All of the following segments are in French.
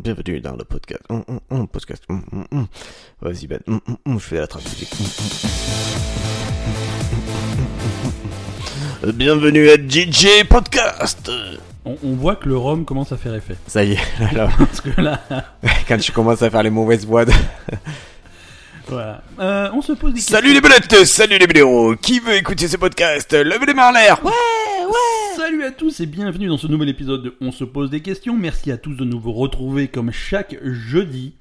bienvenue dans le podcast. Hum, hum, hum, podcast. Hum, hum, hum. Vas-y Ben, Hum, hum, hum, je fais la trappe musique. Hum, hum, hum, hum, hum, hum, hum. Bienvenue à DJ Podcast On, on voit que le rhum commence à faire effet. Ça y est, là, là, Parce que là, quand tu commences à faire les mauvaises voix de... voilà. Euh, on se pose des questions. Salut les belettes, salut les beléros Qui veut écouter ce podcast Levez les mains en l'air Ouais, ouais Salut à tous et bienvenue dans ce nouvel épisode de On se pose des questions. Merci à tous de nous vous retrouver comme chaque jeudi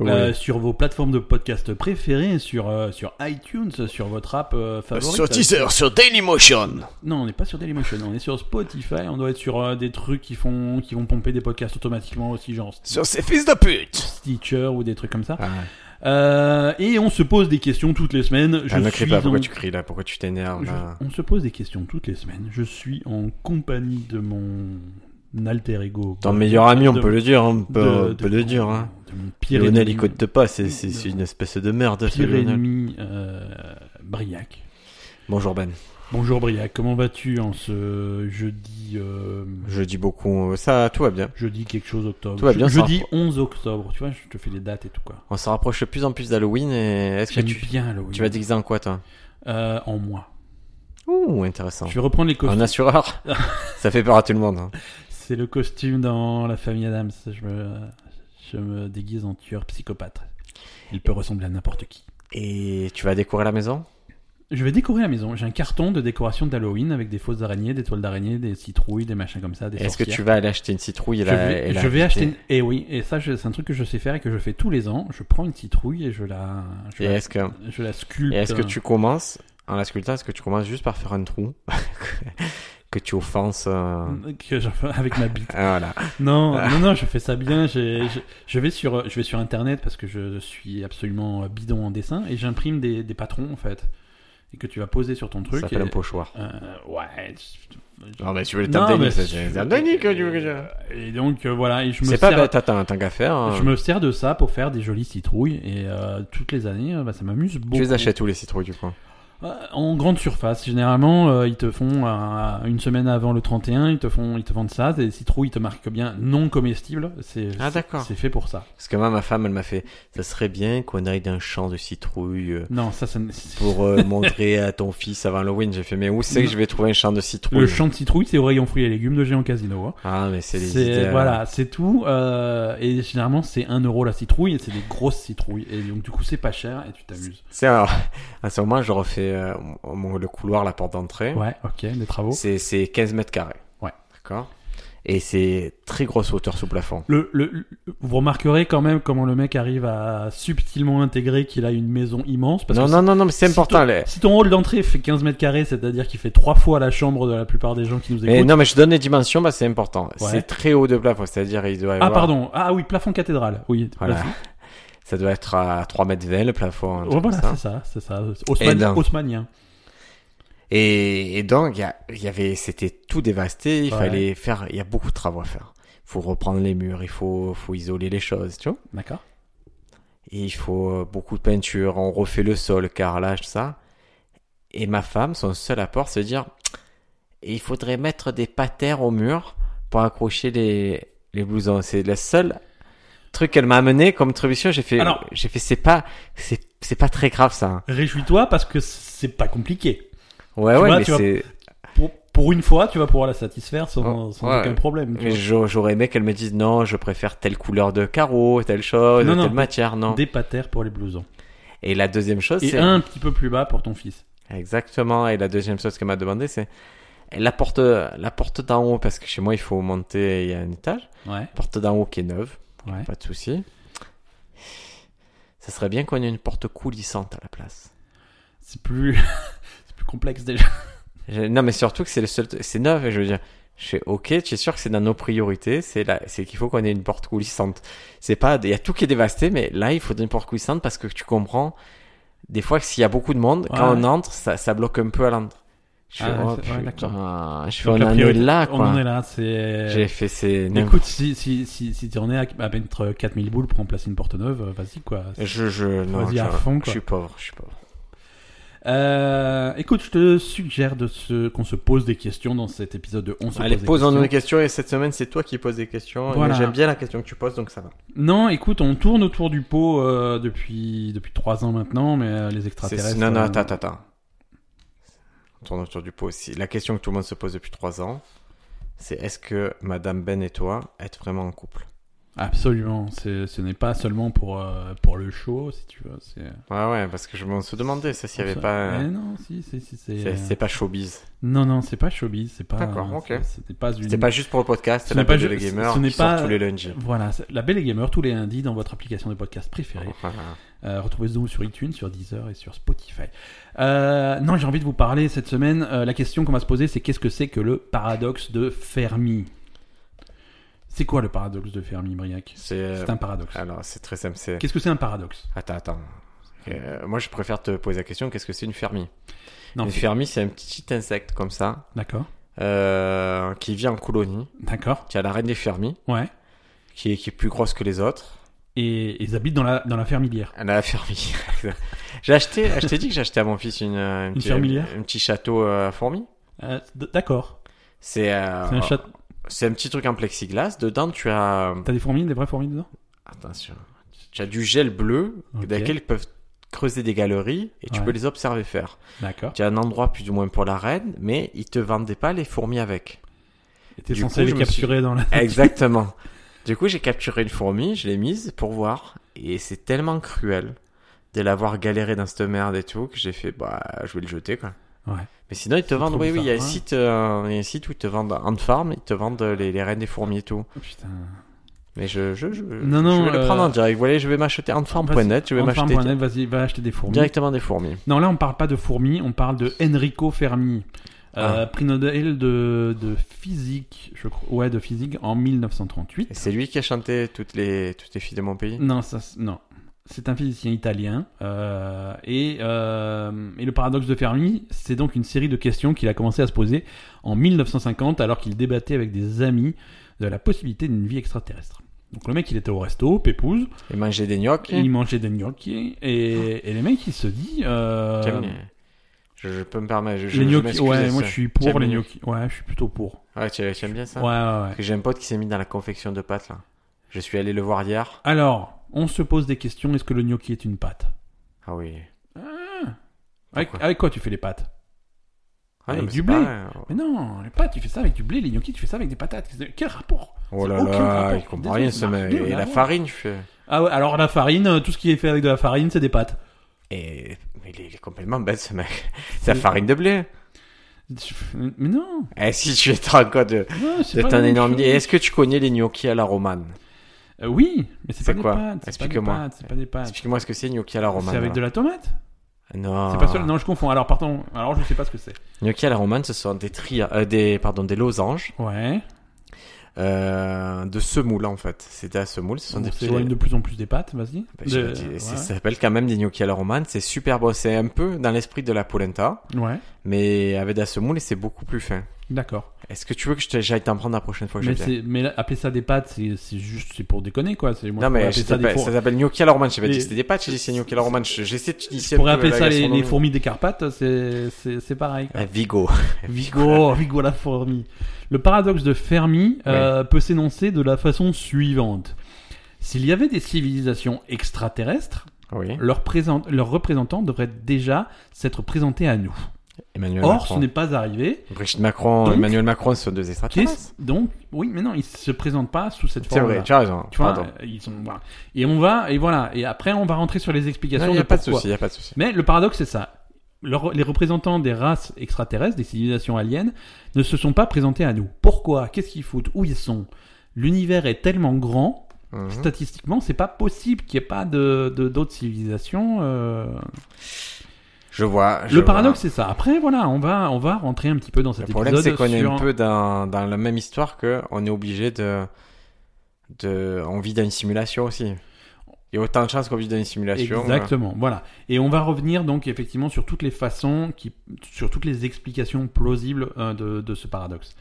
euh, sur vos plateformes de podcast préférées, sur, euh, sur iTunes, sur votre app euh, favorite. Sur Teaser, sur Dailymotion Non, on n'est pas sur Dailymotion, on est sur Spotify, on doit être sur euh, des trucs qui font qui vont pomper des podcasts automatiquement aussi, genre Sur ces fils de pute Stitcher ou des trucs comme Ah ça. Euh, et on se pose des questions toutes les semaines. Je Ah, ne crie suis pas, en- pourquoi tu cries là Pourquoi tu t'énerves Je- là on se pose des questions toutes les semaines. Je suis en compagnie de mon alter ego. Ton meilleur ami, on de- peut le dire, hein, on peut, de- on de peut le mon- dire. Hein. de mon pire Lionel, ennemi, il cote pas, c'est c'est- de- c'est une espèce de merde. ce pire Lionel. ennemi, euh, Briac. Bonjour Ben. Bonjour Briac, comment vas-tu en ce jeudi euh, Je dis beaucoup, euh, ça, tout va bien. jeudi quelque chose octobre Tout va bien, Je- ça Jeudi rapproche. 11 octobre, tu vois, je te fais les dates et tout quoi. On se rapproche de plus en plus d'Halloween et est-ce que J'aime tu, bien Halloween. tu vas déguiser en quoi toi Euh, en moi. Ouh, intéressant. Je vais reprendre les Un costumes. assureur Ça fait peur à tout le monde. hein. C'est le costume dans la famille Adams. Je me, je me déguise en tueur psychopathe. Il peut ressembler à n'importe qui. Et tu vas décorer la maison Je vais décorer la maison. J'ai un carton de décoration d'Halloween avec des fausses araignées, des toiles d'araignées, des citrouilles, des machins comme ça, des Est-ce que sorcières. tu vas aller acheter une citrouille et je la- vais, et la je vais acheter. inviter Une... Et oui, et ça, je- c'est un truc que je sais faire et que je fais tous les ans. Je prends une citrouille et je la, je, Et la, est-ce que, je la sculpte. et est-ce que tu commences, en la sculptant, est-ce que tu commences juste par faire un trou Que tu offenses euh, que je- avec ma bite. ah, Voilà. Non, non, non, je fais ça bien. j'ai- Je, je vais sur, je vais sur internet parce que je suis absolument bidon en dessin et j'imprime des, des patrons en fait et que tu vas poser sur ton truc. Ça s'appelle et- un pochoir. Euh, ouais. je- Non, mais tu veux le Non, tape mais d'Enix, je- c'est tape d'Enix que tu veux que je- Et donc euh, voilà, et je me C'est pas sers- bête, attends, tant qu'à faire. hein. Je me sers de ça pour faire des jolies citrouilles et euh, toutes les années, euh, bah, ça m'amuse beaucoup. Tu les achètes où les citrouilles du coup Euh, En grande surface. Généralement, euh, ils te font euh, une semaine avant le 31, ils te font, ils te vendent ça. Des citrouilles, ils te marquent bien non comestibles. C'est Ah, c'est- d'accord. C'est fait pour ça. Parce que moi, ma femme, elle m'a fait Ça serait bien qu'on aille d'un champ de citrouilles euh, Non, ça, ça. ne- c'est- pour euh, montrer à ton fils avant Halloween. J'ai fait Mais où c'est que Non. je vais trouver un champ de citrouilles Le champ de citrouilles, c'est au rayon fruits et légumes de Géant Casino. hein. Ah, mais c'est les C'est- idées. euh, Voilà, c'est tout. euh, et généralement, c'est 1 euro la citrouille et c'est des grosses citrouilles. Et donc, du coup, c'est pas cher et tu t'amuses. C'est alors, à ce moment, je refais euh, mon- le couloir, la porte d'entrée. Ouais, ok, des travaux. C'est- C'est 15 mètres carrés. Ouais. D'accord Et c'est très grosse hauteur sous plafond. Le, le- le- vous remarquerez quand même comment le mec arrive à subtilement intégrer qu'il a une maison immense. Parce non, que non, non, non, mais c'est si important. les- Si ton hall d'entrée fait 15 mètres carrés, c'est-à-dire qu'il fait trois fois la chambre de la plupart des gens qui nous Mais écoutent. non, mais je donne les dimensions, bah, c'est important. C'est très haut de plafond, c'est-à-dire il doit y ah, avoir- pardon. Ah oui, plafond cathédrale. Oui, Voilà. vas-y. Ça doit être à 3 mètres 20 le plafond. un truc Oh, voilà, comme ça. c'est ça, c'est ça. Haussmann- Et d'un- haussmannien. Et, et donc, il y a- il y, avait, c'était tout dévasté. Il Ouais. fallait faire, il y a beaucoup de travaux à faire. Il faut reprendre les murs, il faut, faut isoler les choses, tu vois. D'accord. Et il faut euh, beaucoup de peinture, on refait le sol, le carrelage, tout ça. Et ma femme, son seul apport, c'est de dire, il faudrait mettre des patères au mur pour accrocher les, les blousons. C'est le seul truc qu'elle m'a amené comme contribution. J'ai fait, Alors- j'ai fait, c'est pas, c'est, c'est pas très grave ça. Réjouis-toi parce que c'est pas compliqué. Ouais, Tu ouais, vois, mais tu vois, c'est, Pour, pour une fois, tu vas pouvoir la satisfaire sans, Oh, sans ouais. aucun problème. tu mais vois. j'a- j'aurais aimé qu'elle me dise non, je préfère telle couleur de carreau, telle chose, Non, non. telle matière, non. Des patères pour les blousons. Et la deuxième chose, Et c'est un petit peu plus bas pour ton fils. Exactement. Et la deuxième chose qu'elle m'a demandé, c'est la porte, la porte d'en haut, parce que chez moi, il faut monter, il y a un étage. Ouais, La porte d'en haut qui est neuve, ouais. pas de souci. Ça serait bien qu'on ait une porte coulissante à la place. C'est plus... c'est plus complexe déjà. Je- non, mais surtout que c'est le seul, c'est neuf, et je veux dire, je fais ok, tu es sûr que c'est dans nos priorités, c'est là, c'est qu'il faut qu'on ait une porte coulissante. C'est pas, il y a tout qui est dévasté, mais là, il faut une porte coulissante parce que tu comprends, des fois, que s'il y a beaucoup de monde, quand Ouais. on entre, ça, ça bloque un peu à l'entrée. Je fais, Ah, oh, c'est- ouais, d'accord. putain, je fais, Donc on la en est priorité- là, On en quoi. est euh, là, c'est... J'ai fait ces, Écoute, si, si, si, si t'en es à, à mettre 4000 boules pour remplacer une porte neuve, euh, vas-y quoi. je, je, non, Vas-y je, à fond, je quoi. suis pauvre, je suis pauvre. Euh, écoute, je te suggère de se... qu'on se pose des questions dans cet épisode de 11 Allez, posons-nous des questions et cette semaine, c'est toi qui poses des questions. et Voilà. J'aime bien la question que tu poses, donc ça va. Non, écoute, on tourne autour du pot euh, depuis depuis trois ans maintenant, mais euh, les C'est- extraterrestres. Non, non, euh, attends, attends, attends. On tourne autour du pot aussi. La question que tout le monde se pose depuis trois ans, c'est est-ce que Madame Ben et toi êtes vraiment en couple Absolument. C'est- Ce n'est pas seulement pour euh, pour le show, si tu veux. C'est. euh, Ouais, Ah ouais, parce que je m'en suis demandé ça s'il n'y avait Ça- pas. Eh non, si, si, si, c'est. euh, c'est- C'est pas showbiz. Non, non, c'est pas showbiz, c'est pas. D'accord, ok. c'est- C'était pas une. C'était pas juste pour le podcast, ce c'est la n'est pas Belle et ju- le Gamer ce n'est qui sort pas- tous les lundis. Voilà, c'est- la Belle et Gamer tous les lundis dans votre application de podcast Ah. préférée. Euh, Retrouvez-nous sur iTunes, sur Deezer et sur Spotify. Euh, non, j'ai envie de vous parler cette semaine. euh, la question qu'on va se poser, c'est qu'est-ce que c'est que le paradoxe de Fermi C'est quoi le paradoxe de Fermi, Briac C'est. euh, C'est un paradoxe. Alors, c'est très simple. c'est- Qu'est-ce que c'est un paradoxe Attends, attends. Euh, moi, je préfère te poser la question qu'est-ce que c'est une fermie Non, Une fermie, c'est un petit insecte comme ça D'accord, euh, qui vit en colonie. d'accord, Tu as la reine des fermies ouais. qui est, qui est plus grosse que les autres. Et ils habitent dans la, dans la fermilière. Elle a la fermie. j'ai acheté, je t'ai dit que j'ai acheté à mon fils une, euh, une Une fermilière un petit château euh, à fourmis. Euh, d- d'accord. C'est euh, C'est un chat. c'est un petit truc en plexiglas. Dedans, tu as euh, T'as des fourmis, des vraies fourmis dedans attention, tu as du gel bleu Ok. dans lequel ils peuvent creuser des galeries et tu Ouais. peux les observer faire. D'accord. Tu as un endroit plus ou moins pour la reine, mais ils te vendaient pas les fourmis avec. Et T'es Du censé coup, les je me suis- capturer dans la. Exactement. du coup, j'ai capturé une fourmi, je l'ai mise pour voir, et c'est tellement cruel de l'avoir galéré dans cette merde et tout que j'ai fait, bah, je vais le jeter quoi. Ouais. Mais sinon, ils te C'est vendent, trop oui, oui, il y a un bizarre, hein. ouais. site, euh, il y a un site où ils te vendent Ant Farm, ils te vendent les, les reines des fourmis et tout. Putain. Mais je, je, je, Non, je non, vais le euh, prendre en direct. Vous voyez, je vais m'acheter Antfarm.net, je vais Enfin, m'acheter Brunel, vas-y, va acheter des fourmis. directement des fourmis. Non, là, on parle pas de fourmis, on parle de Enrico Fermi. Euh, Prix Nobel de, de physique, je crois. Ouais, de physique en 1938. Et c'est lui qui a chanté toutes les, toutes les filles de mon pays. Non, ça, c'est- non. C'est un physicien italien. euh, et, euh, et le paradoxe de Fermi, c'est donc une série de questions qu'il a commencé à se poser en 1950, alors qu'il débattait avec des amis de la possibilité d'une vie extraterrestre. Donc le mec, il était au resto, Pépouze, Et manger des gnocchis. il mangeait des gnocchis, et, et les mecs, ils se disent... euh, J'aime les- Je, je peux me permettre. Je, je- les je gnocchis, m'excuse, ouais, ça. moi je suis pour J'aime les les gnocchis. Ouais, je suis plutôt pour. Ouais, tu tu aimes bien ça Ouais, ouais, ouais. Parce que J'ai un pote qui s'est mis dans la confection de pâtes là. Je suis allé le voir hier. Alors, on se pose des questions. Est-ce que le gnocchi est une pâte Ah oui. avec, Pourquoi avec quoi tu fais les pâtes Ah, non, Avec mais du c'est blé. pareil. Mais non, les pâtes, tu fais ça avec du blé. Les gnocchis, tu fais ça avec des patates. Quel rapport Oh C'est là aucun là, rapport. il comprend Désolé, rien ce Marc, mec. nul, Et la rien. farine, je fais. Ah ouais, alors la farine, euh, tout ce qui est fait avec de la farine, c'est des pâtes. Et... Mais il est, il est complètement bête ce mec. C'est la farine de blé. Mais non, Eh, si tu es en quoi de, non c'est de pas ton la même énorme. chose. Et Est-ce que tu connais les gnocchis à la romane Euh, Oui, mais c'est pas C'est des quoi pâtes. c'est pas des Explique-moi. pâtes, C'est pas des pâtes. Explique-moi ce que c'est gnocchi à la romane. Ah. C'est avec de là. la tomate Non. C'est Ah. pas ça. Non, je confonds. Alors, pardon. Alors, je sais pas ce que c'est. Gnocchi à la romane, ce sont des tri... euh, des pardon, des losanges Ouais. euh, de semoule en fait. C'est de la semoule, ce sont On des petits. s'éloigne de plus en plus des pâtes, vas-y. Bah, je De- dis, c'est- ouais. Ça s'appelle quand même des gnocchi à la romane. C'est super bon. C'est un peu dans l'esprit de la polenta, Ouais, mais avec de la semoule et c'est beaucoup plus fin. d'accord. Est-ce que tu veux que je te- j'aille t'en prendre la prochaine fois que je Mais, viens c'est- mais là, appeler ça des pâtes, c'est c'est juste c'est pour déconner quoi. C'est- Moi, je Non pourrais mais appeler je ça t'ai des pas- four- ça s'appelle gnocchi à la romane. J'ai pas Les- dit que c'était des pâtes, j'ai dit c'est gnocchi à la romane. Je- J'essaie de Je t'initier un peu pourrais à appeler la ça les, gastronomie. les fourmis des Carpates, c'est c'est- c'est pareil. quoi. Ah, Vigo. Vigo, Vigo la fourmi. Le paradoxe de Fermi euh, peut s'énoncer de la façon suivante. S'il y avait des civilisations extraterrestres, Oui. leurs, présent- leurs représentants devraient déjà s'être présentés à nous. Emmanuel Or, Macron. ce n'est pas arrivé. Brigitte Macron, Donc- Emmanuel Macron ce sont deux extraterrestres. Qu'est-ce- Donc, oui, mais non, ils ne se présentent pas sous cette C'est forme-là. vrai, tu as raison. Tu vois, Pardon. euh, ils sont voilà. Et on va et voilà. Et après, on va rentrer sur les Il explications n'y de a pas de pourquoi. souci, il a pas de souci. Mais le paradoxe, c'est ça. Leur- les représentants des races extraterrestres, des civilisations aliens, ne se sont pas présentés à nous. Pourquoi Qu'est-ce qu'ils foutent Où ils sont L'univers est tellement grand, Mhm. statistiquement, c'est pas possible qu'il n'y ait pas de de- d'autres civilisations. euh. Je vois. je Le vois. paradoxe, c'est ça. Après, voilà, on va on va rentrer un petit peu dans Le cet problème, c'est épisode qu'on est sur- un peu dans, dans la même histoire que on est obligé de, de, on vit dans une simulation aussi. Il y a autant de chances qu'on vit dans une simulation. euh. Exactement, voilà. Et on va revenir donc effectivement sur toutes les façons, qui, sur toutes les explications plausibles euh, de, de ce paradoxe.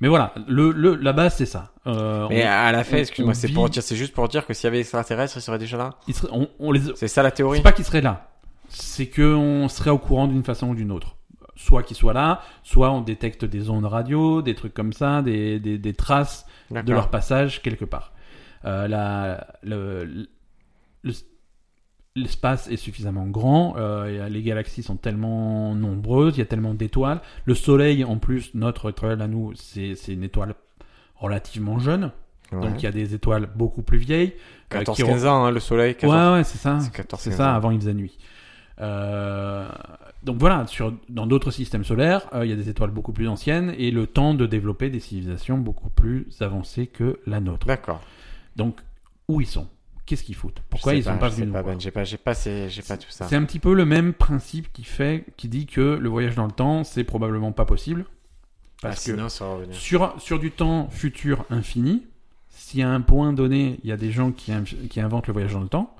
Mais voilà, le, le, la base c'est ça. Euh, Mais on, à la fin, on- excuse-moi, on c'est vit- pour dire, c'est juste pour dire que s'il y avait des extraterrestres, ils seraient déjà là. ils seraient- on- on les- C'est ça la c'est théorie. pas qu'ils seraient là. c'est qu'on serait au courant d'une façon ou d'une autre. Soit qu'il soit là, soit on détecte des ondes radio, des trucs comme ça, des, des, des traces de leur passage quelque part. Euh, la, le- le- l'espace est suffisamment grand, euh, et les galaxies sont tellement nombreuses, il y a tellement d'étoiles. Le Soleil, en plus, notre étoile à nous, c'est c'est une étoile relativement jeune. Donc euh, il y a des étoiles beaucoup plus vieilles. euh, qui 14-15 ans, hein, le soleil. 14... Ouais, ouais, c'est ça. C'est 14, C'est 15 ça, ans. avant il faisait nuit. Euh, donc voilà, sur, dans d'autres systèmes solaires, euh, il y a des étoiles beaucoup plus anciennes et le temps de développer des civilisations beaucoup plus avancées que la nôtre. D'accord. Donc, où ils sont Qu'est-ce qu'ils foutent Je Pourquoi sais ils sont pas venus je sais nous pas, voir Ben, J'ai pas, j'ai pas, ces- j'ai pas tout ça. C'est un petit peu le même principe qui fait, qui dit que le voyage dans le temps, c'est probablement pas possible. Ah, Parce que sinon, ça va revenir. sur, sur du temps futur infini, si à un point donné, il y a des gens qui, inv- qui inventent le voyage dans le temps,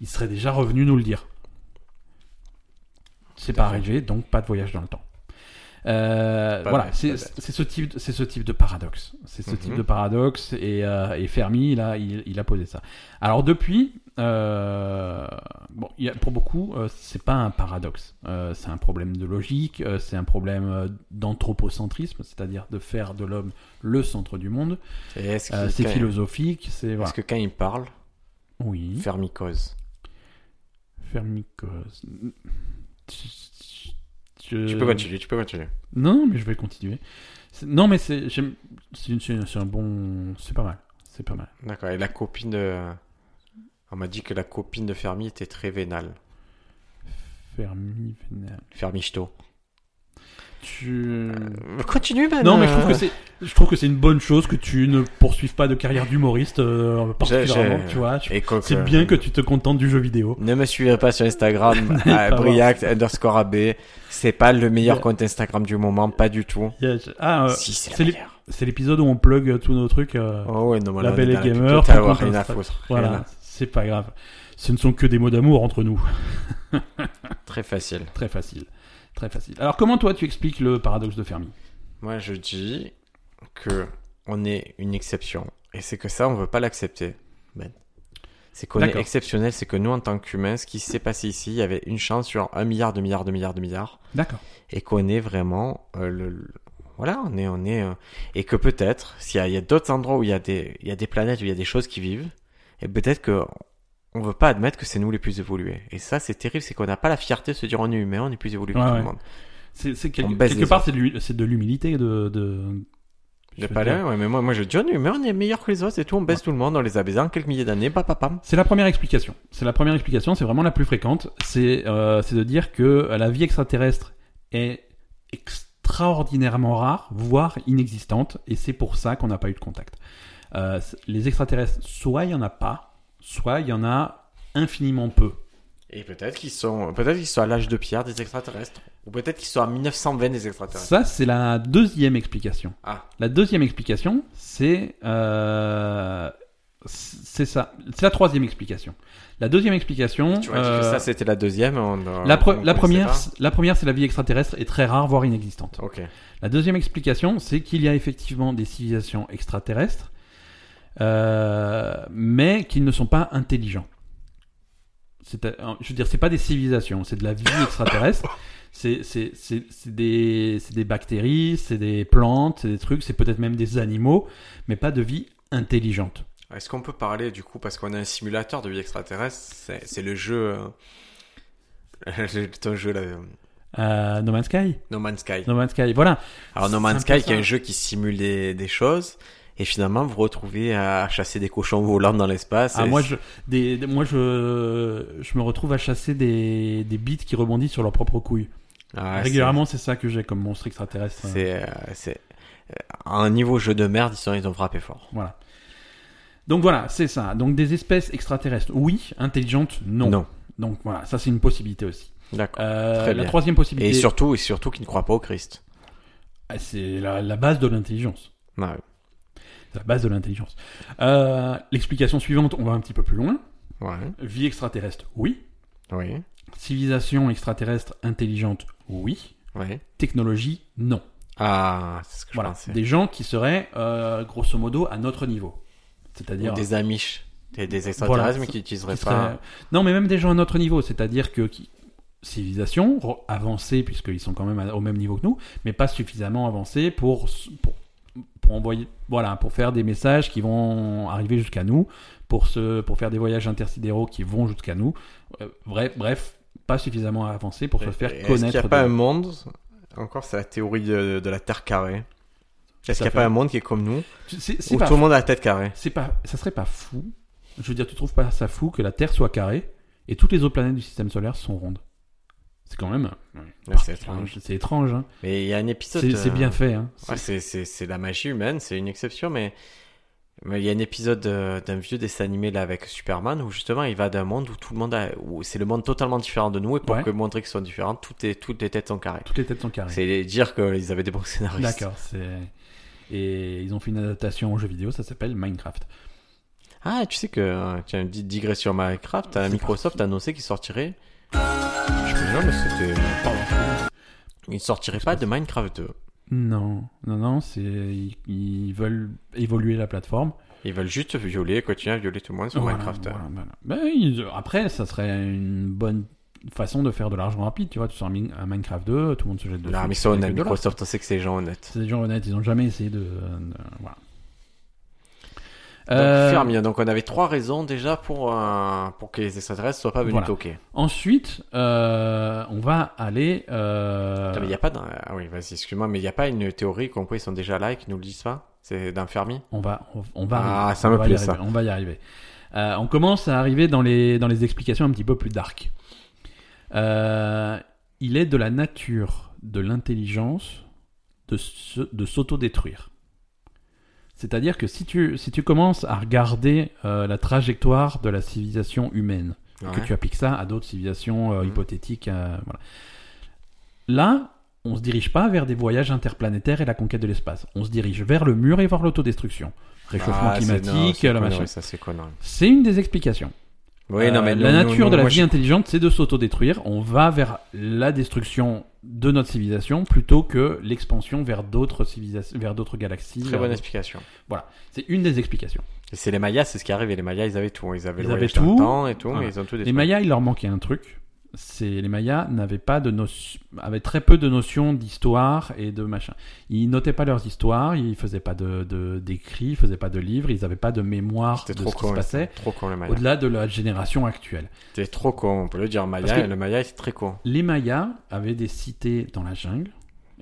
ils seraient déjà revenus nous le dire. C'est pas arrivé, donc pas de voyage dans le temps. Euh, Pas voilà, bête, c'est pas bête. c'est ce, type de- c'est ce type de paradoxe. C'est ce type Mhm. de paradoxe et, euh, et Fermi, il a, il, il a posé ça. Alors depuis, euh, bon, il y a- pour beaucoup, euh, c'est pas un paradoxe. Euh, c'est un problème de logique, euh, c'est un problème euh, d'anthropocentrisme, c'est-à-dire de faire de l'homme le centre du monde. Et Est-ce Euh, qu'il- c'est quand- philosophique, c'est voilà. Est-ce que quand il parle, Oui. Fermi cause Fermi cause. Je- Tu peux continuer, tu peux continuer. Non, non, mais je vais continuer. C'est- Non, mais c'est j'aime- c'est une- c'est un c'est un bon, c'est pas mal, c'est pas mal. D'accord. Et la copine de. On m'a dit que la copine de Fermi était très vénale. Fermi vénal. Fermi Jeto. Tu. euh, Continue, Ben. Non, mais je trouve que c'est, je trouve que c'est une bonne chose que tu ne poursuives pas de carrière d'humoriste euh, particulièrement, j'ai- tu vois. Je- Et quoi C'est bien que tu te contentes du jeu vidéo. Ne me suivez pas sur Instagram, Pas à vrai. Briac underscore AB. C'est pas le meilleur Yeah. compte Instagram du moment, pas du tout. Yeah, je- Ah, euh, si, c'est c'est le les- meilleur. c'est l'épisode où on plug euh, tous nos trucs. euh, Oh ouais, non, mais La là, on Belle est et dans la pub Gamer, totale, ton compte rien à Insta- foutre. rien voilà, c'est pas grave. Ce ne sont que des mots d'amour entre nous. à- Très facile. Très facile, très facile. Alors comment toi tu expliques le paradoxe de Fermi Moi, je dis que on est une exception. Et c'est que ça, on veut pas l'accepter. Ben. C'est qu'on est D'accord. exceptionnel, c'est que nous, en tant qu'humains, ce qui s'est passé ici, il y avait une chance sur un milliard de milliards de milliards de milliards. D'accord. et qu'on est vraiment euh, le, le- voilà on est on est euh, et que peut-être s'il y a, il y a d'autres endroits où il y a des il y a des planètes où il y a des choses qui vivent et peut-être que on veut pas admettre que c'est nous les plus évolués et ça c'est terrible c'est qu'on n'a pas la fierté de se dire on est humain on est plus évolué Ouais, que tout ouais. le monde C'est c'est quel- On baisse quelque les part c'est de l'hu- c'est de l'humilité de. de... je j'ai veux pas dire. l'air, ouais, mais moi moi je dis on est humain on est meilleur que les autres et tout on baisse tout le monde on les a baisés en quelques milliers d'années pam, pam, pam. C'est la première explication. C'est la première explication, c'est vraiment la plus fréquente. C'est euh, c'est de dire que la vie extraterrestre est extraordinairement rare, voire inexistante, et c'est pour ça qu'on n'a pas eu de contact. Euh, c- les extraterrestres, soit il y en a pas, soit il y en a infiniment peu. et peut-être qu'ils sont peut-être qu'ils sont à l'âge de pierre des extraterrestres ou peut-être qu'ils sont à 1920 des extraterrestres Ça, c'est la deuxième explication. ah La deuxième explication, c'est euh, c'est ça. C'est la troisième explication. La deuxième explication. tu m'as dit que euh, ça c'était la deuxième on, euh, La, pre- on la connaissait première, pas. la première, c'est la vie extraterrestre est très rare, voire inexistante. ok La deuxième explication, c'est qu'il y a effectivement des civilisations extraterrestres, euh, mais qu'ils ne sont pas intelligents. C'est, euh, je veux dire, c'est pas des civilisations, c'est de la vie extraterrestre. C'est, c'est, c'est, c'est des, c'est des bactéries, c'est des plantes, c'est des trucs, c'est peut-être même des animaux, mais pas de vie intelligente. Est-ce qu'on peut parler du coup, parce qu'on a un simulateur de vie extraterrestre, c'est c'est le jeu. euh, le- ton jeu là, euh, Euh, no Man's Sky No Man's Sky. No Man's Sky, voilà. Alors No c'est Man's un peu Sky qui est ça. un jeu qui simule des, des choses, et finalement vous retrouvez à chasser des cochons volants dans l'espace. Ah, et moi, c'est- je, des, des- moi je, je me retrouve à chasser des, des bites qui rebondissent sur leurs propres couilles. Ah, Régulièrement, c'est ça que j'ai comme monstre extraterrestre. c'est- C'est. euh, c'est- euh, à un niveau jeu de merde, ils, sont, ils ont frappé fort. Voilà. Donc voilà, c'est ça. Donc des espèces extraterrestres, oui. Intelligentes, non. Donc voilà, ça c'est une possibilité aussi. D'accord. Euh, Très la bien. troisième possibilité, et surtout, et surtout qu'ils ne croient pas au Christ. ah, c'est la, la base de l'intelligence. Ouais, ouais. C'est La base de l'intelligence. Euh, L'explication suivante, on va un petit peu plus loin. Ouais. Vie extraterrestre, oui. Oui. Civilisation extraterrestre intelligente, oui. Oui. Technologie, non. Ah, c'est ce que je Voilà, pensais. des gens qui seraient euh, grosso modo à notre niveau. Ou C'est-à-dire des Amish. Des, des extraterrestres mais Voilà, qui n'utiliseraient qui pas. seraient- Non, mais même des gens à notre niveau, c'est-à-dire que qui civilisation re- avancée, puisqu'ils sont quand même à- au même niveau que nous, mais pas suffisamment avancée pour, s- pour, pour envoyer, voilà, pour faire des messages qui vont arriver jusqu'à nous, pour, se, pour faire des voyages intersidéraux qui vont jusqu'à nous. Euh, bref, bref, pas suffisamment avancée pour se faire Et connaître. Est-ce qu'il n'y a de- pas un monde Encore, c'est la théorie de, de la Terre carrée. Est-ce qu'il n'y a fait. pas un monde qui est comme nous C'est- c'est Où pas tout le monde a la tête carrée c'est pas, ça serait pas fou. Je veux dire, tu trouves pas ça fou que la Terre soit carrée et toutes les autres planètes du système solaire sont rondes C'est quand même. Ouais, C'est étrange. C'est étrange. hein. Mais il y a un épisode. C'est c'est euh, bien fait. Hein. ouais, c'est- c'est c'est la magie humaine, c'est une exception, mais. mais il y a un épisode euh, d'un vieux dessin animé là avec Superman où justement il va d'un monde où tout le monde a, où c'est le monde totalement différent de nous et pour Ouais. que montrer qu'ils sont différents, toutes les, toutes les têtes sont carrées. Toutes les têtes sont carrées. C'est dire qu'ils avaient des bons scénaristes. D'accord. c'est- Et ils ont fait une adaptation en jeu vidéo, ça s'appelle Minecraft. Ah, tu sais que euh, tiens, une petite digression Minecraft, euh, C'est Microsoft a annoncé qu'il sortirait. Je sais pas, mais c'était. Pardon. Il sortirait pas de Minecraft 2. Non, non, non, c'est ils, ils veulent évoluer la plateforme. Ils veulent juste violer, continuer à violer tout le monde sur Voilà, Minecraft. voilà, voilà. Ben, ils- après, ça serait une bonne façon de faire de l'argent rapide. Tu vois, tu sors un Min- un Minecraft 2, tout le monde se jette dessus. Non, mais tu ça, fais on quelques dollars. Microsoft, on sait que c'est des gens honnêtes. C'est des gens honnêtes, ils n'ont jamais essayé de. euh, de- voilà. Donc, Euh, fermier. donc on avait trois raisons déjà pour, euh, pour que les extraterrestres soient pas venus Voilà. toquer. ensuite, euh, on va aller. euh, Putain, mais il y a pas d'un- Ah oui, vas-y, excuse-moi, mais il n'y a pas une théorie comme quoi ils sont déjà là et qu'ils nous le disent pas C'est d'un fermier On va, on, on va. Ah, arriver. Bah, ça On me va y plaît, ça. arriver, On va y arriver. Euh, on commence à arriver dans les dans les explications un petit peu plus dark. Euh, il est de la nature de l'intelligence de se- de s'auto-détruire. C'est-à-dire que si tu si tu commences à regarder euh, la trajectoire de la civilisation humaine que Ouais. tu appliques ça à d'autres civilisations euh, Mhm. hypothétiques. euh, voilà. Là, on se dirige pas vers des voyages interplanétaires et la conquête de l'espace. On se dirige vers le mur et vers l'autodestruction. Réchauffement Ah, c'est- non, climatique, c'est la connerie, machin. Ça, c'est connerie. C'est une des explications. Oui, non, Euh, la mais nous- nous- nature nous, de la moi, vie je- intelligente, c'est de s'autodétruire. On va vers la destruction de notre civilisation plutôt que l'expansion vers d'autres civilisations, vers d'autres galaxies. Très vers bonne d'autres- explication. C'est une des explications. Et c'est les Mayas, c'est ce qui arrive. Et les Mayas, ils avaient tout. Ils avaient Ils le avaient voyage dans le tout. temps et tout, Voilà. mais ils ont tout Les détruit. Mayas, il leur manquait un truc. C'est les Mayas n'avaient pas de notion, avaient très peu de notions d'histoire et de machin. Ils notaient pas leurs histoires, ils faisaient pas de de- d'écrits, ils faisaient pas de livres, ils avaient pas de mémoire de C'était trop ce qui se con. passait Trop con, les Mayas. au-delà de la génération actuelle. C'était trop con, on peut le dire. Maya, Parce que- le Maya, c'est très con. Les Mayas avaient des cités dans la jungle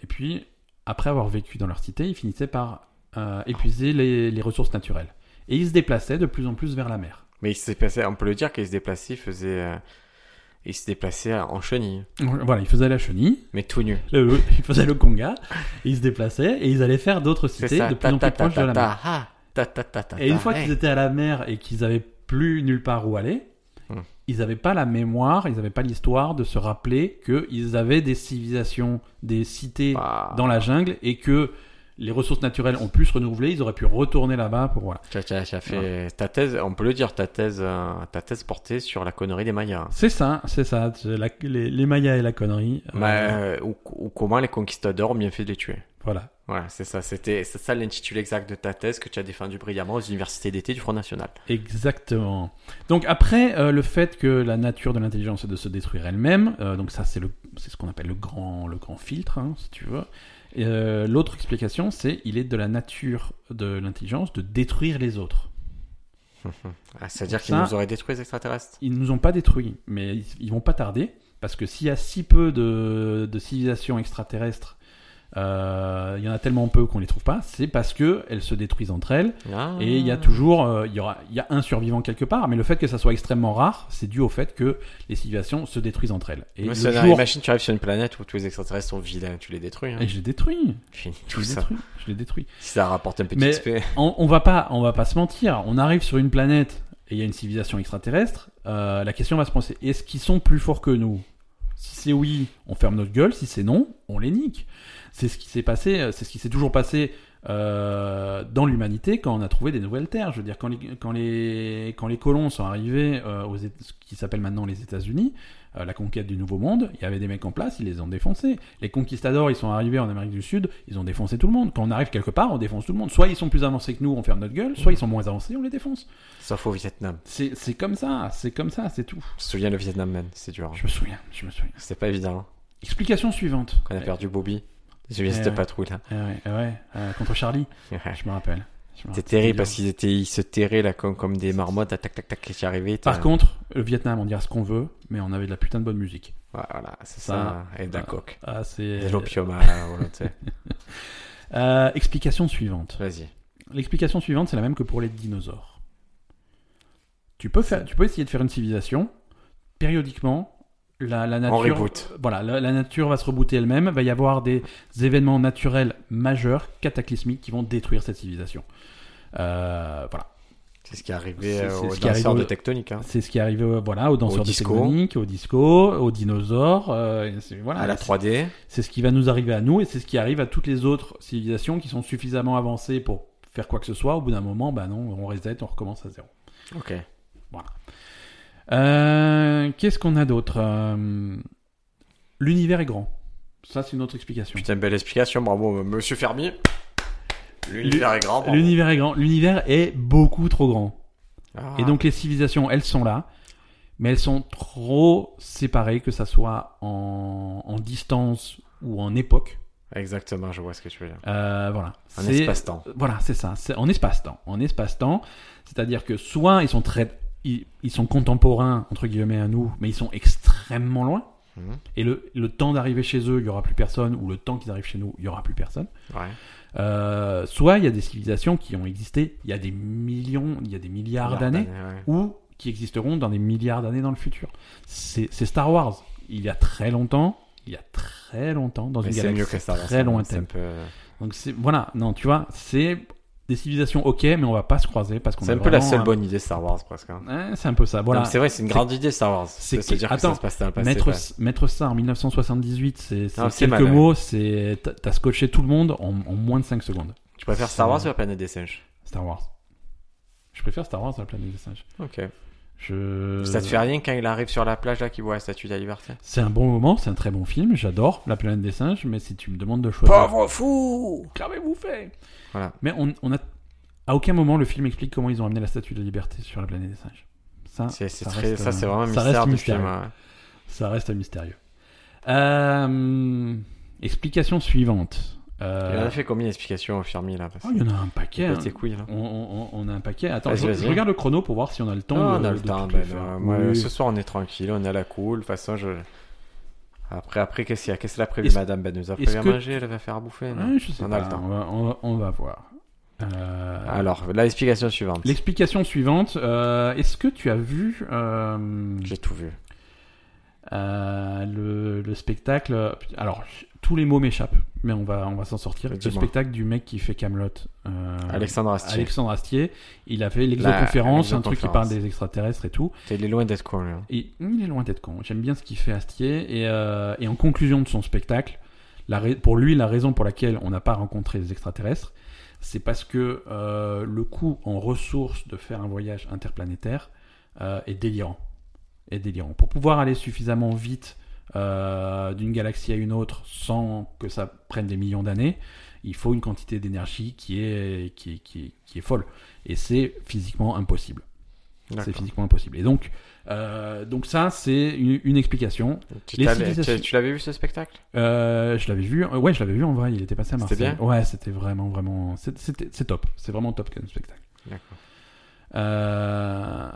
et puis après avoir vécu dans leur cité, ils finissaient par euh, épuiser les, les ressources naturelles et ils se déplaçaient de plus en plus vers la mer. Mais il se déplaçait, on peut le dire qu'il se déplaçait, il faisait. euh, Il se déplaçait en chenille, Voilà, ils faisaient la chenille, mais tout nu. Le- ils faisaient le conga, ils se déplaçaient et ils allaient faire d'autres C'est cités ça, de plus en plus proches de la mer. ah, ta, ta, ta, ta, Et une ta, fois hey. qu'ils étaient à la mer et qu'ils avaient plus nulle part où aller, Hmm. ils n'avaient pas la mémoire, ils n'avaient pas l'histoire de se rappeler qu'ils avaient des civilisations, des cités Ah, dans la jungle et que les ressources naturelles ont pu se renouveler, ils auraient pu retourner là-bas pour voilà. tu as- tu as- tu as fait ta thèse, on peut le dire, ta thèse, euh, ta thèse portée sur la connerie des Mayas. C'est ça, c'est ça, c'est la- les, les Mayas et la connerie. euh, Mais, euh, ou, ou comment les conquistadors ont bien fait de les tuer. Voilà. Voilà, c'est ça, c'était c'est ça l'intitulé exact de ta thèse que tu as défendu brillamment aux universités d'été du Front National. Exactement. Donc après euh, le fait que la nature de l'intelligence est de se détruire elle-même, euh, donc ça c'est le c'est ce qu'on appelle le grand le grand filtre hein, si tu veux. Et, euh, L'autre explication c'est il est de la nature de l'intelligence de détruire les autres. Ah, C'est-à-dire Ça- qu'ils nous auraient détruits les extraterrestres. Ils nous ont pas détruits, mais ils, ils vont pas tarder parce que s'il y a si peu de, de civilisations extraterrestres, euh, il y en a tellement peu qu'on les trouve pas. C'est parce que elles se détruisent entre elles Ah. Et il y a toujours, euh, il y aura, il y a un survivant quelque part, mais le fait que ça soit extrêmement rare, c'est dû au fait que les civilisations se détruisent entre elles. Et Mais le c'est- jour- Imagine, tu arrives sur une planète où tous les extraterrestres sont vilains, tu les détruis. Hein. et je les détruis, Fini je tout les ça. détruis, je les détruis. Si ça rapporte un petit Mais- XP. On, on va pas, on va pas se mentir. On arrive sur une planète et il y a une civilisation extraterrestre. euh, la question va se penser est-ce qu'ils sont plus forts que nous Si c'est oui, on ferme notre gueule. Si c'est non, on les nique. C'est ce qui s'est passé. euh, C'est ce qui s'est toujours passé euh, dans l'humanité quand on a trouvé des nouvelles terres. Je veux dire, quand les, quand les, quand les colons sont arrivés euh, aux Éta- ce qui s'appelle maintenant les États-Unis, euh, la conquête du Nouveau Monde, il y avait des mecs en place, ils les ont défoncés. Les conquistadors, ils sont arrivés en Amérique du Sud, ils ont défoncé tout le monde. Quand on arrive quelque part, on défonce tout le monde. Soit ils sont plus avancés que nous, on ferme notre gueule, soit ils sont moins avancés, on les défonce. Sauf au Vietnam. C'est c'est comme ça, c'est comme ça, c'est tout. Je me souviens le Vietnam, man. C'est dur. hein. Je me souviens, je me souviens. C'était pas évident. hein. Explication suivante. Quand on a perdu Bobby. J'ai vu Eh cette ouais. patrouille là. Eh ouais, eh ouais, euh, contre Charlie, je me rappelle. Je me rappelle. C'était terrible parce qu'ils étaient, ils se terraient là comme, comme des marmottes, tac tac tac tac, qui arrivaient. t'as- Par contre, le Vietnam, on dira ce qu'on veut, mais on avait de la putain de bonne musique. Ouais, voilà, c'est Ça, ça, hein. et de la ça. coque. Ah, c'est. Et de l'opium euh, à la volonté. Euh, explication suivante. Vas-y. L'explication suivante, c'est la même que pour les dinosaures. Tu peux, faire, tu peux essayer de faire une civilisation. Périodiquement, la, la On nature. reboot. Voilà, la, la nature va se rebooter elle-même. Va y avoir des événements naturels majeurs, cataclysmiques, qui vont détruire cette civilisation. Euh, voilà. C'est ce qui est arrivé C'est- euh, c'est aux ce qui arrive danseurs au- de tectonique. hein. C'est ce qui est arrivé euh, voilà, aux danseurs de disco. tectonique, aux disco, aux dinosaures. euh, et c'est- voilà, À la c'est- 3D. C'est ce qui va nous arriver à nous et c'est ce qui arrive à toutes les autres civilisations qui sont suffisamment avancées pour faire quoi que ce soit. Au bout d'un moment, bah non, on reset, on recommence à zéro. Ok. Euh, Qu'est-ce qu'on a d'autre Euh, L'univers est grand. Ça, c'est une autre explication. Putain, belle explication, bravo, euh, monsieur Fermi. L'univers est grand. bravo. L'univers est grand. L'univers est beaucoup trop grand. Ah. Et donc les civilisations, elles sont là, mais elles sont trop séparées, que ça soit en, en distance ou en époque. Exactement, je vois ce que tu veux dire. Euh, voilà. Un C'est- espace-temps. Voilà, c'est ça. C'est en espace-temps. En espace-temps, c'est-à-dire que soit ils sont très, ils, ils sont contemporains entre guillemets à nous, mais ils sont extrêmement loin. Mhm. Et le, le temps d'arriver chez eux, il y aura plus personne, ou le temps qu'ils arrivent chez nous, il y aura plus personne. Ouais. Euh, soit il y a des civilisations qui ont existé il y a des millions, il y a des milliards d'années, ouais. ou qui existeront dans des milliards d'années dans le futur. C'est c'est Star Wars. Il y a très longtemps, il y a très longtemps dans Mais une c'est galaxie mieux que ça. très C'est un lointaine. peu, Donc c'est voilà, non, tu vois, c'est des civilisations ok, mais on va pas se croiser parce qu'on c'est a un peu la vraiment seule un- bonne idée Star Wars presque. hein. Hein, c'est un peu ça. Voilà. Non, mais C'est vrai, c'est une grande idée Star Wars. c'est C'est que- dire Attends, que ça se passe dans le passé. Mettre, ouais. mettre ça en 1978, c'est c'est Non, c'est quelques mal, ouais. mots, c'est t'as- t'as scotché tout le monde en, en moins de 5 secondes. Tu préfères Star Wars ou la planète des singes Star Wars. Je préfère Star Wars à la planète des singes. Ok. Je... Ça te fait rien quand il arrive sur la plage là qu'il voit la statue de la liberté C'est un bon moment, c'est un très bon film, j'adore La planète des singes, mais si tu me demandes de choisir. fou Qu'avez-vous fait Voilà. Mais on, on a. À aucun moment le film explique comment ils ont amené la statue de la liberté sur la planète des singes. Ça, C'est c'est ça très, reste, ça c'est euh, vraiment un ça mystère reste du mystérieux. film. hein. ouais. Ça reste mystérieux. Euh, explication suivante. Il en Euh, a fait combien d'explications au Fermi là parce oh, que- il y en a un paquet. Pète hein. tes couilles là. On, on- on a un paquet. Attends, Vas-y, je, vas-y. je regarde le chrono pour voir si on a le temps. Ah, de, on a le de temps. toutes les ben, faire. euh, moi, Oui. Ce soir, on est tranquille, on est à la cool. De toute façon, je. Après, après qu'est-ce qu'il y a Qu'est-ce qu'elle a prévu, Est-ce- madame Ben Elle nous a est-ce prévu à que- manger, elle va faire à bouffer. non Ouais, je sais On a pas, le temps. Ah. On va, on va- on va voir. Euh, Alors, la explication suivante. L'explication suivante. euh, Est-ce que tu as vu euh, J'ai tout vu. Euh, le, le spectacle. Alors, je- tous les mots m'échappent, mais on va, on va s'en sortir. Le Dis-moi. spectacle du mec qui fait Camelot. euh, Alexandre Astier. Alexandre Astier. Il a fait l'exoconférence, La- un truc qui l'exoconférence. parle des extraterrestres et tout. T'es- Il est loin d'être con, lui. hein. Et il est loin d'être con. J'aime bien ce qu'il fait Astier. Et, euh, et en conclusion de son spectacle, la rai- pour lui, la raison pour laquelle on n'a pas rencontré les extraterrestres, c'est parce que euh, le coût en ressources de faire un voyage interplanétaire euh, est délirant. Est délirant. Pour pouvoir aller suffisamment vite euh, d'une galaxie à une autre sans que ça prenne des millions d'années, il faut une quantité d'énergie qui est, qui, est- qui est- qui est folle. Et c'est physiquement impossible. C'est D'accord. physiquement impossible. Et donc, euh, donc ça, c'est une, une explication. Tu Les t'as- civilisations- tu- tu l'avais vu ce spectacle Euh, je l'avais vu, euh, ouais, je l'avais vu en vrai. Il était passé à C'était Marseille. bien ouais, c'était vraiment, vraiment, c'est- c'était, c'est top. C'est vraiment top comme spectacle. D'accord. Euh,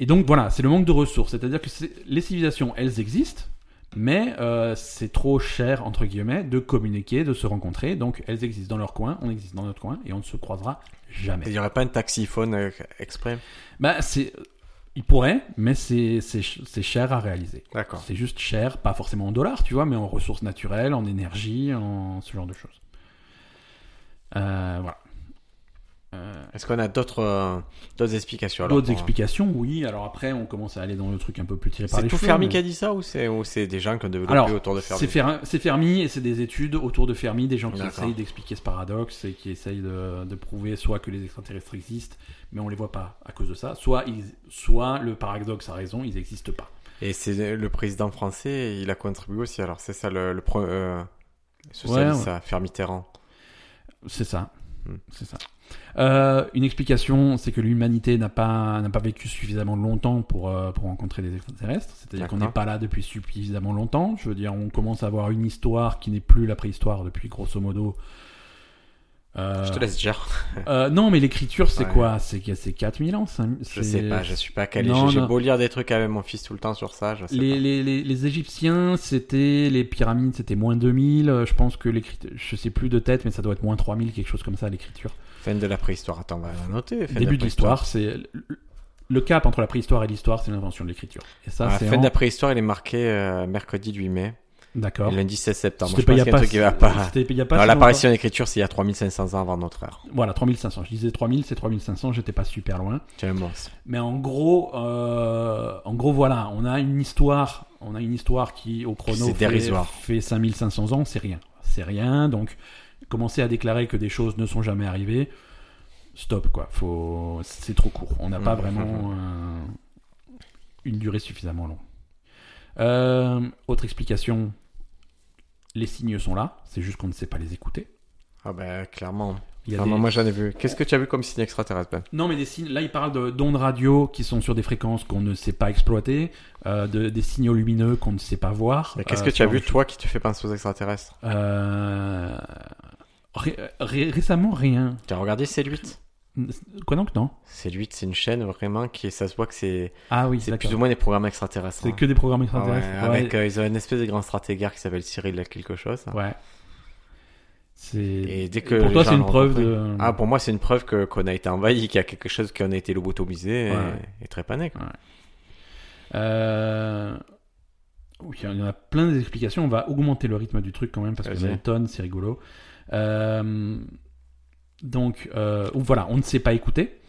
Et donc voilà, c'est le manque de ressources. C'est-à-dire que c'est- les civilisations, elles existent, mais euh, c'est trop cher entre guillemets de communiquer, de se rencontrer. Donc elles existent dans leur coin, on existe dans notre coin, et on ne se croisera jamais. Il n'y aurait pas un taxiphone euh, exprès Bah c'est, ils pourraient, mais c'est, c'est, ch- c'est cher à réaliser. D'accord. C'est juste cher, pas forcément en dollars, tu vois, mais en ressources naturelles, en énergie, en ce genre de choses. Euh, voilà. Euh, Est-ce qu'on a d'autres euh, d'autres explications alors, D'autres pour- euh, explications, oui. Alors après, on commence à aller dans le truc un peu plus tiré par C'est les tout cheveux, Fermi mais- qui a dit ça ou c'est ou c'est des gens qui ont développé Alors, autour de Fermi c'est Fer- c'est Fermi et c'est des études autour de Fermi, des gens qui D'accord. essayent d'expliquer ce paradoxe et qui essayent de, de prouver soit que les extraterrestres existent, mais on les voit pas à cause de ça, soit, ils, soit le paradoxe a raison, ils n'existent pas. Et c'est le président français, il a contribué aussi. Alors c'est ça le, le pro- euh, socialiste, Ouais, ouais. ça, Fermi-Terran. C'est ça. Hmm. C'est ça. Euh, une explication, c'est que l'humanité n'a pas, n'a pas vécu suffisamment longtemps pour, euh, pour rencontrer des extraterrestres. C'est-à-dire qu'on D'accord. n'est pas là depuis suffisamment longtemps. Je veux dire, on commence à avoir une histoire qui n'est plus la préhistoire depuis grosso modo. euh, Je te laisse dire. euh, non, mais l'écriture, c'est Ouais. quoi C'est c'est 4000 ans cinq- c'est- Je sais pas, je suis pas calé. Non, J'ai- J'ai non. beau lire des trucs avec mon fils tout le temps sur ça, je sais Les, les, les, les Égyptiens, c'était les pyramides, c'était moins 2000. euh, Je pense que l'écriture, je sais plus de tête, mais ça doit être moins 3000, quelque chose comme ça, l'écriture. pas. Fin de la préhistoire. Attends, on va la noter. Fin début la de préhistoire. l'histoire, c'est le cap entre la préhistoire et l'histoire, c'est l'invention de l'écriture. Et ça, Ah, c'est fin en- de la préhistoire, il est marqué euh, mercredi 8 mai, d'accord. et lundi 16 septembre. C'était Je pense qu'il y a un truc qui va pas. c'était il y a pas Non, si longtemps. l'apparition d'écriture, c'est il y a 3500 ans avant notre ère. Voilà, 3500. Je disais 3000, c'est 3500. J'étais pas super loin. Tu es un monstre. Mais en gros, euh, en gros, voilà, on a une histoire, on a une histoire qui au chrono C'est fait, dérisoire. fait 5500 ans, c'est rien, c'est rien. Donc, commencer à déclarer que des choses ne sont jamais arrivées, stop quoi. Faut, c'est trop court. On n'a pas Mhm. vraiment un- une durée suffisamment longue. Euh, autre explication, les signes sont là, c'est juste qu'on ne sait pas les écouter. Ah ben, clairement. Il y a Clairement, des- Moi, j'en ai vu. Qu'est-ce que tu as vu comme signe extraterrestre Ben Non, mais des signes. Là, il parle de- d'ondes radio qui sont sur des fréquences qu'on ne sait pas exploiter, euh, de, des signaux lumineux qu'on ne sait pas voir. Mais Qu'est-ce Euh, que tu as sur- vu, toi, qui te fait penser aux extraterrestres Euh, ré- ré- Récemment, rien. Tu as regardé C8 Quoi donc non C8, c'est une chaîne vraiment qui, ça se voit que c'est Ah oui, c'est d'accord. plus ou moins des programmes extraterrestres. C'est hein. que des programmes Ah ouais, extraterrestres. Ouais, avec, euh, ils ont une espèce de grand stratégard qui s'appelle Cyril quelque chose. ouais. C'est. euh, Et dès que pour les toi, gens c'est une l'ont preuve compris- de. Ah, pour moi, c'est une preuve que qu'on a été envahi, qu'il y a quelque chose qui en a été lobotomisé et, Ouais. et trépané. quoi. Euh, oui, il y en a plein des explications. On va augmenter le rythme du truc quand même parce qu'il y en a Vas-y. une tonne, c'est rigolo. Euh, donc euh, voilà, on ne sait pas écouter.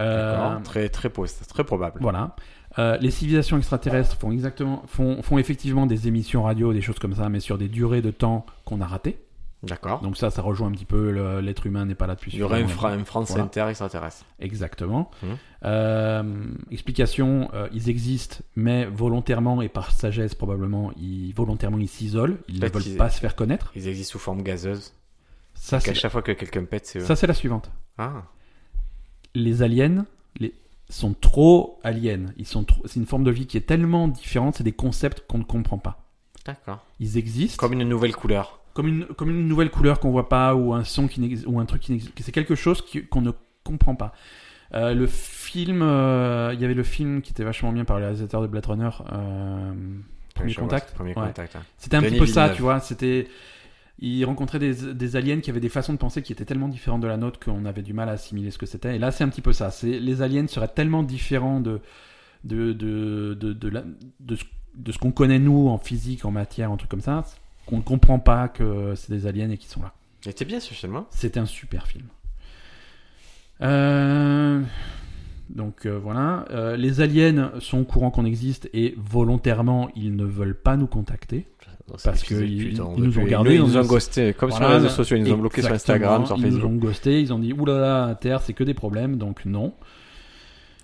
Euh, D'accord. Très très po- c'est très probable. voilà. Euh, les civilisations extraterrestres font exactement, font, font effectivement des émissions radio, des choses comme ça, mais sur des durées de temps qu'on a ratées. D'accord. Donc ça, ça rejoint un petit peu le- l'être humain n'est pas là depuis. Il y aurait un, suffisamment Fra- un France Voilà. Inter extraterrestre. Exactement. Mhm. Euh, explication, euh, ils existent, mais volontairement et par sagesse probablement, ils, volontairement ils s'isolent, ils ne Peut-être veulent qu'ils- pas se faire connaître. Ils existent sous forme gazeuse. Ça, Qu'à c'est chaque fois que quelqu'un pète, c'est eux. ça, c'est la suivante. Ah. Les aliens les, sont trop aliens. Ils sont trop- C'est une forme de vie qui est tellement différente, c'est des concepts qu'on ne comprend pas. D'accord. Ils existent Comme une nouvelle couleur. comme une, comme une nouvelle couleur qu'on voit pas ou un son qui n'existe ou un truc qui n'existe c'est quelque chose qui- qu'on ne comprend pas Euh, le film euh, il y avait le film qui était vachement bien par le réalisateur de Blade Runner euh, Premier Je vois, contact. c'est Premier Ouais. contact. hein. c'était un Denis petit peu ça Villeneuve. tu vois c'était il rencontrait des, des aliens qui avaient des façons de penser qui étaient tellement différentes de la nôtre qu'on avait du mal à assimiler ce que c'était et là c'est un petit peu ça c'est les aliens seraient tellement différents de de de de, de, la- de ce, de ce qu'on connaît nous en physique en matière en truc comme ça qu'on ne comprend pas que c'est des aliens et qu'ils sont là Il était bien ce film. hein c'est un super film. Euh, Donc euh, voilà, Euh, les aliens sont au courant qu'on existe et volontairement ils ne veulent pas nous contacter. Parce que ils- ils Putain, on nous veut ont plus. gardés, Ils ils nous ont- ont ghosté. Comme sur Voilà, les réseaux sociaux, ils nous ont bloqués sur Exactement, Instagram, sur ils nous Facebook. ont ghosté, ils ont dit oulala, Terre c'est que des problèmes, donc non.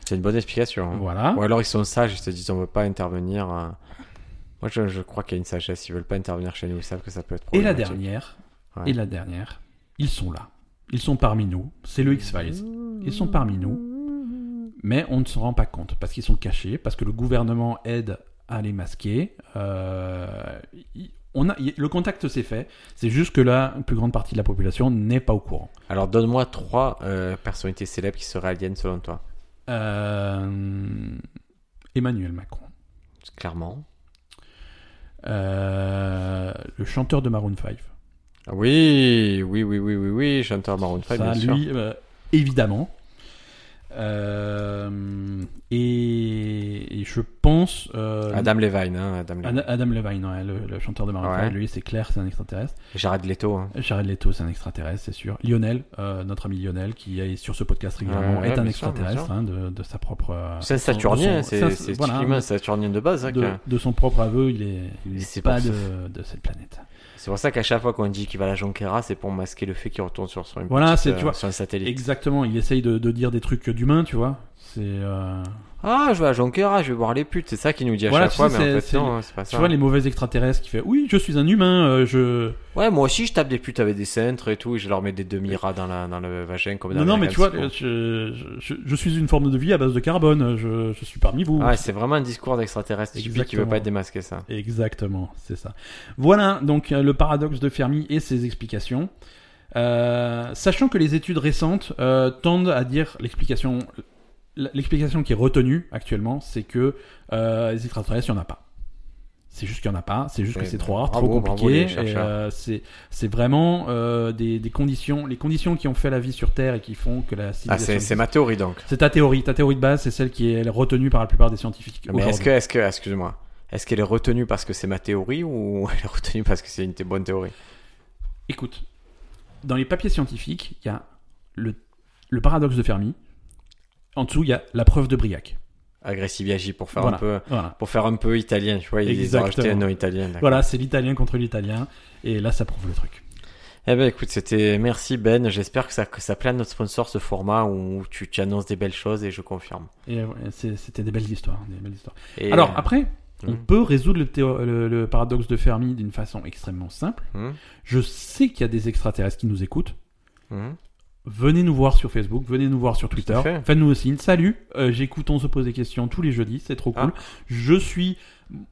C'est une bonne explication. hein. Voilà. Ou alors ils sont sages, ils se disent on veut pas intervenir. euh. Moi je, je crois qu'il y a une sagesse, ils veulent pas intervenir chez nous, ils savent que ça peut être et la problématique. dernière, Ouais. et la dernière, ils sont là. Ils sont parmi nous, c'est le X-Files. Ils sont parmi nous, mais on ne s'en rend pas compte parce qu'ils sont cachés, parce que le gouvernement aide à les masquer. Euh, il- on a, il- le contact s'est fait, c'est juste que la plus grande partie de la population n'est pas au courant. Alors donne-moi trois euh, personnalités célèbres qui seraient aliens selon toi. Euh, Emmanuel Macron, Clairement. Euh, le chanteur de Maroon 5, Ah Oui, oui, oui, oui, oui, oui, chanteur Maroon 5, bien ça sûr. lui, euh, évidemment. Euh, et, et je pense. euh, Adam Levine, hein, Adam Levine. Ad- Adam Levine, ouais, le, le chanteur de Maroon Ouais. 5, lui, c'est clair, c'est un extraterrestre. Jared Leto, hein. Jared Leto, c'est un extraterrestre, c'est sûr. Lionel, euh, notre ami Lionel, qui est sur ce podcast régulièrement, Ouais, est ouais, un bien sûr, bien extraterrestre hein, de, de sa propre. euh, C'est un son- de Saturnien, son- c'est ça, c'est voilà, typiquement un Saturnien de base. hein, de, qu'un- de son propre aveu, il est, il est C'est pas pour ça. de, de cette planète. C'est pour ça qu'à chaque fois qu'on dit qu'il va à la Jonquera, c'est pour masquer le fait qu'il retourne sur son euh, Voilà, c'est- tu vois, sur un satellite. Exactement, il essaye de, de dire des trucs d'humain, tu vois. C'est euh, Ah, je vais à Jonquera, je vais voir les putes. C'est ça qu'il nous dit à Voilà, chaque tu fois, sais, mais c'est- en fait, non, hein, c'est pas tu ça. vois les mauvais extraterrestres qui fait oui, je suis un humain, euh, je Ouais, moi aussi, je tape des putes avec des cintres et tout, et je leur mets des demi-rats dans, la- dans le vagin comme dans non, non mais American tu vois, Psycho. je, je- je- je suis une forme de vie à base de carbone, je, je suis parmi vous. Ah, c'est vraiment un discours d'extraterrestre typique qui veut euh, Exactement. pas démasquer ça. Exactement, c'est ça. Voilà donc euh, le paradoxe de Fermi et ses explications. Euh, sachant que les études récentes euh, tendent à dire l'explication, l'explication qui est retenue actuellement, c'est que euh, les extraterrestres, il n'y en a pas. C'est juste qu'il n'y en a pas, c'est juste que Eh c'est ben, trop rare, bravo, trop bravo compliqué. les et, chercheurs. euh, c'est, c'est vraiment euh, des, des conditions, les conditions qui ont fait la vie sur Terre et qui font que la Ah, civilisation. c'est c'est ma théorie donc. C'est ta théorie, ta théorie de base, c'est celle qui est retenue par la plupart des scientifiques. Mais est-ce aujourd'hui. que, est-ce que, excuse-moi, est-ce qu'elle est retenue parce que c'est ma théorie ou elle est retenue parce que c'est une t- bonne théorie Écoute, dans les papiers scientifiques, il y a le, le paradoxe de Fermi. En dessous, il y a la preuve de Briac. Agressiviagi pour faire Voilà. un peu, Voilà. pour faire un peu italien, tu vois, ils ont Exactement. rajouté un nom italien. d'accord. Voilà, c'est l'italien contre l'italien. Et là, ça prouve le truc. Eh ben écoute, c'était merci Ben. J'espère que ça, que ça plaît à notre sponsor ce format où tu, tu annonces des belles choses et je confirme. Et ouais, c'est- c'était des belles histoires. des belles histoires. Et- Alors, après, on Hmm. peut résoudre le, théo- le- le paradoxe de Fermi d'une façon extrêmement simple. Hmm, Je sais qu'il y a des extraterrestres qui nous écoutent. hmm. Venez nous voir sur Facebook, venez nous voir sur Twitter. à fait. Faites-nous aussi une salut. Euh, J'écoute, on se pose des questions tous les jeudis, c'est trop cool. Je suis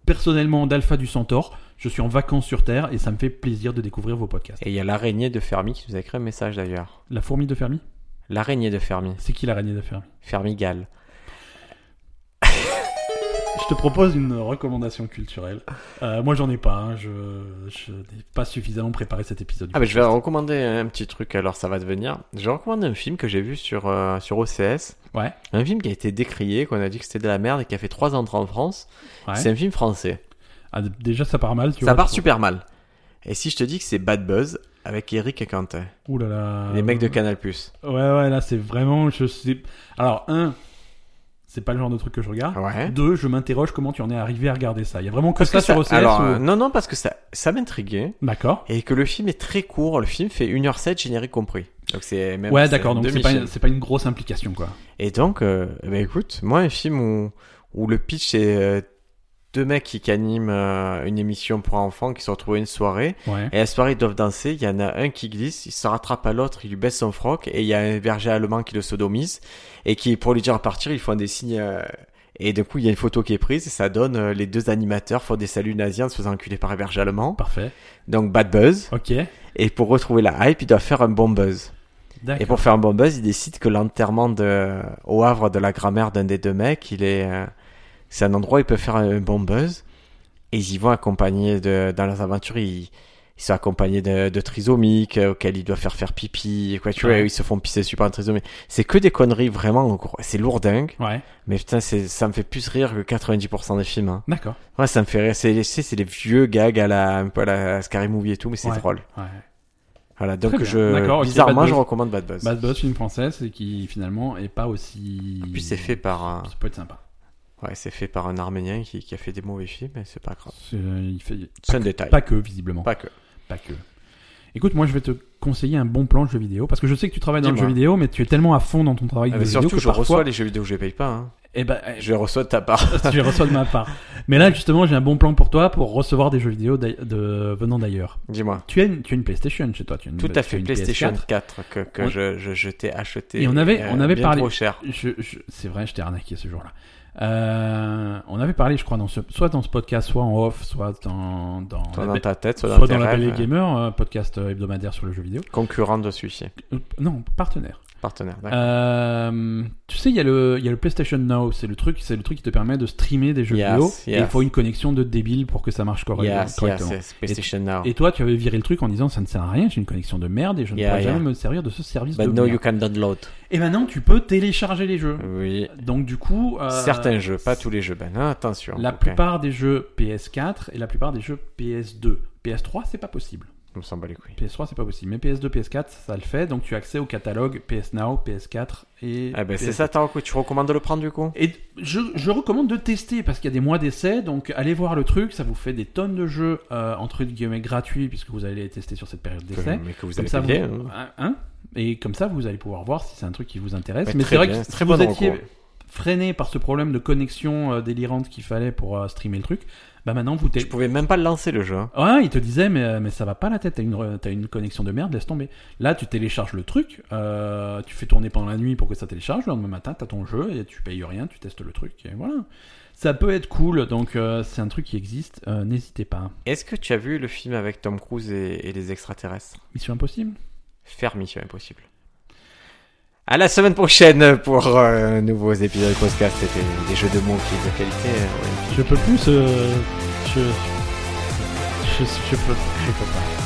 personnellement d'Alpha du Centaure. Je suis en vacances sur Terre et ça me fait plaisir de découvrir vos podcasts. Et il y a l'araignée de Fermi qui nous a écrit un message d'ailleurs. La fourmi de Fermi L'araignée de Fermi, C'est qui l'araignée de Fermi Fermigal. Je te propose une recommandation culturelle. Euh, moi, j'en ai pas. hein. Je, je n'ai pas suffisamment préparé cet épisode. Ah ben je vais recommander un petit truc alors ça va devenir. Je recommande un film que j'ai vu sur euh, sur OCS. Ouais. Un film qui a été décrié, qu'on a dit que c'était de la merde et qui a fait trois entrées en France. Ouais. C'est un film français. Ah, d- déjà, ça part mal. Tu ça vois, part je trouve. super mal. Et si je te dis que c'est Bad Buzz avec Eric et Quentin, Ouh là là. les mecs de Canal Plus. Ouais, ouais, là, c'est vraiment. Je sais... Alors, un, c'est pas le genre de truc que je regarde. Ouais. Deux, je m'interroge comment tu en es arrivé à regarder ça. Il y a vraiment que Hein Parce ça que sur OCS. ça- alors, ou- euh, non, non, parce que ça, ça m'intriguait. D'accord. Et que le film est très court. Le film fait 1h07 générique compris. Donc euh, c'est même. Ouais, d'accord. une Donc c'est pas, demi-chaîne. une- c'est pas une grosse implication, quoi. Et donc, euh, bah écoute, moi, un film où, où le pitch c'est euh, deux mecs qui, qui animent euh, une émission pour enfants qui se retrouvent à une soirée. Ouais. Et à la soirée, ils doivent danser. Il y en a un qui glisse, il se rattrape à l'autre, il lui baisse son froc. Et il y a un berger allemand qui le sodomise. Et qui, pour lui dire à partir, ils font des signes. euh, et du coup, il y a une photo qui est prise et ça donne euh, les deux animateurs font des saluts nazis en se faisant enculer par un berger allemand. Parfait. Donc, bad buzz. Ok. Et pour retrouver la hype, ils doivent faire un bon buzz. Et D'accord. pour faire un bon buzz, il décide que l'enterrement de, au Havre de la grammaire d'un des deux mecs, il est, euh, c'est un endroit où ils peuvent faire un bon buzz. Et ils y vont accompagnés de, dans leurs aventures, ils, ils sont accompagnés de, de trisomiques euh, auxquels ils doivent faire faire pipi, et quoi, tu vois, Ouais. ils se font pisser super en trisomique. C'est que des conneries vraiment, gros, c'est lourdingue. Ouais. Mais putain, c'est, ça me fait plus rire que 90% des films, hein. D'accord. Ouais, ça me fait rire. C'est, tu sais, c'est des vieux gags à la, un peu à la Scary Movie et tout, mais c'est Ouais. drôle. Ouais. Voilà. Très Donc, bien. je, D'accord, ok, bizarrement, Bad je Buzz. recommande Bad Buzz. Bad Buzz, film française, et qui finalement est pas aussi. En plus, c'est fait par un, Ça peut être sympa. Ouais, c'est fait par un Arménien qui, qui a fait des mauvais films, mais c'est pas grave. C'est- Il fait... C'est un détail. Pas que, visiblement. Pas que. Ah, Pas que. Écoute, moi, je vais te conseiller un bon plan de jeu vidéo parce que je sais que tu travailles dans le Dis-moi. jeu vidéo, mais tu es tellement à fond dans ton travail Ah, de mais jeu vidéo surtout, que je parfois, reçois les jeux vidéo, je les paye pas. hein. eh ben, eh, Je les reçois de ta part. tu les reçois de ma part. Mais là, justement, j'ai un bon plan pour toi pour recevoir des jeux vidéo d'aille- de... venant d'ailleurs. Dis-moi. Tu as, une, tu as une PlayStation chez toi, tu as une, Tout bah, tu à as fait, une PlayStation PS4. 4 que, que hein. On- je, je, je t'ai acheté. Et on avait- euh, on avait bien parlé- trop cher. Je, je- c'est vrai, je t'ai arnaqué ce jour-là. Euh, on avait parlé, je crois, dans ce, soit dans ce podcast, soit en off, soit dans, dans, Soit la- dans ta tête, soit dans, soit tes dans la rêves, Belle et euh, Gamer, euh, podcast euh, hebdomadaire sur le jeu vidéo. Concurrent de celui-ci. Euh, Non, partenaire. Partenaire, d'accord. Euh, tu sais, il y, a le- il y a le PlayStation Now, c'est le truc, c'est le truc qui te permet de streamer des jeux Yes, vidéo. Et il yes. faut une connexion de débile pour que ça marche correct- Yes, yes, Ah, correctement. yes, PlayStation Now. Et toi, tu avais viré le truc en disant ça ne sert à rien, j'ai une connexion de merde et je ne Yeah, pourrai yeah. jamais me servir de ce service de But now merde. Bah, you can download. Et maintenant, tu peux télécharger les jeux. Oui. Donc du coup, euh, Certains jeux, pas tous les jeux, Ben. hein, attention. la ok. plupart des jeux PS4 et la plupart des jeux PS2. PS3, c'est pas possible. On s'en bat les couilles. PS3, c'est pas possible. Mais PS2, PS4, ça le fait. Donc tu as accès au catalogue PS Now, PS4 et. Ah ben, PS2. c'est ça, Taroko. Tu recommandes de le prendre du coup Et je, je recommande de tester parce qu'il y a des mois d'essai, donc allez voir le truc, ça vous fait des tonnes de jeux euh, entre guillemets gratuits puisque vous allez les tester sur cette période Que- d'essai. Euh, Mais que vous Comme allez ça, vous... payer, hein. Hein, hein et comme ça, vous allez pouvoir voir si c'est un truc qui vous intéresse. Ouais, Mais très c'est vrai bien, que très si vous bon étiez recours. freiné par ce problème de connexion euh, délirante qu'il fallait pour euh, streamer le truc, bah maintenant vous Je t'es... pouvais même pas le lancer le jeu. hein. Ouais, il te disait mais, euh, mais ça va pas la tête, t'as une, re- t'as une connexion de merde, laisse tomber. Là, tu télécharges le truc, euh, tu fais tourner pendant la nuit pour que ça télécharge, le lendemain matin, t'as ton jeu et tu payes rien, tu testes le truc, et voilà. Ça peut être cool, donc euh, c'est un truc qui existe, euh, n'hésitez pas. Est-ce que tu as vu le film avec Tom Cruise et, et les extraterrestres Mission impossible Faire Mission Impossible. À la semaine prochaine pour euh, nouveaux épisodes de podcast. C'était des jeux de mots qui de qualité. euh, ouais. Je peux plus, euh, je, je, je peux, je peux pas.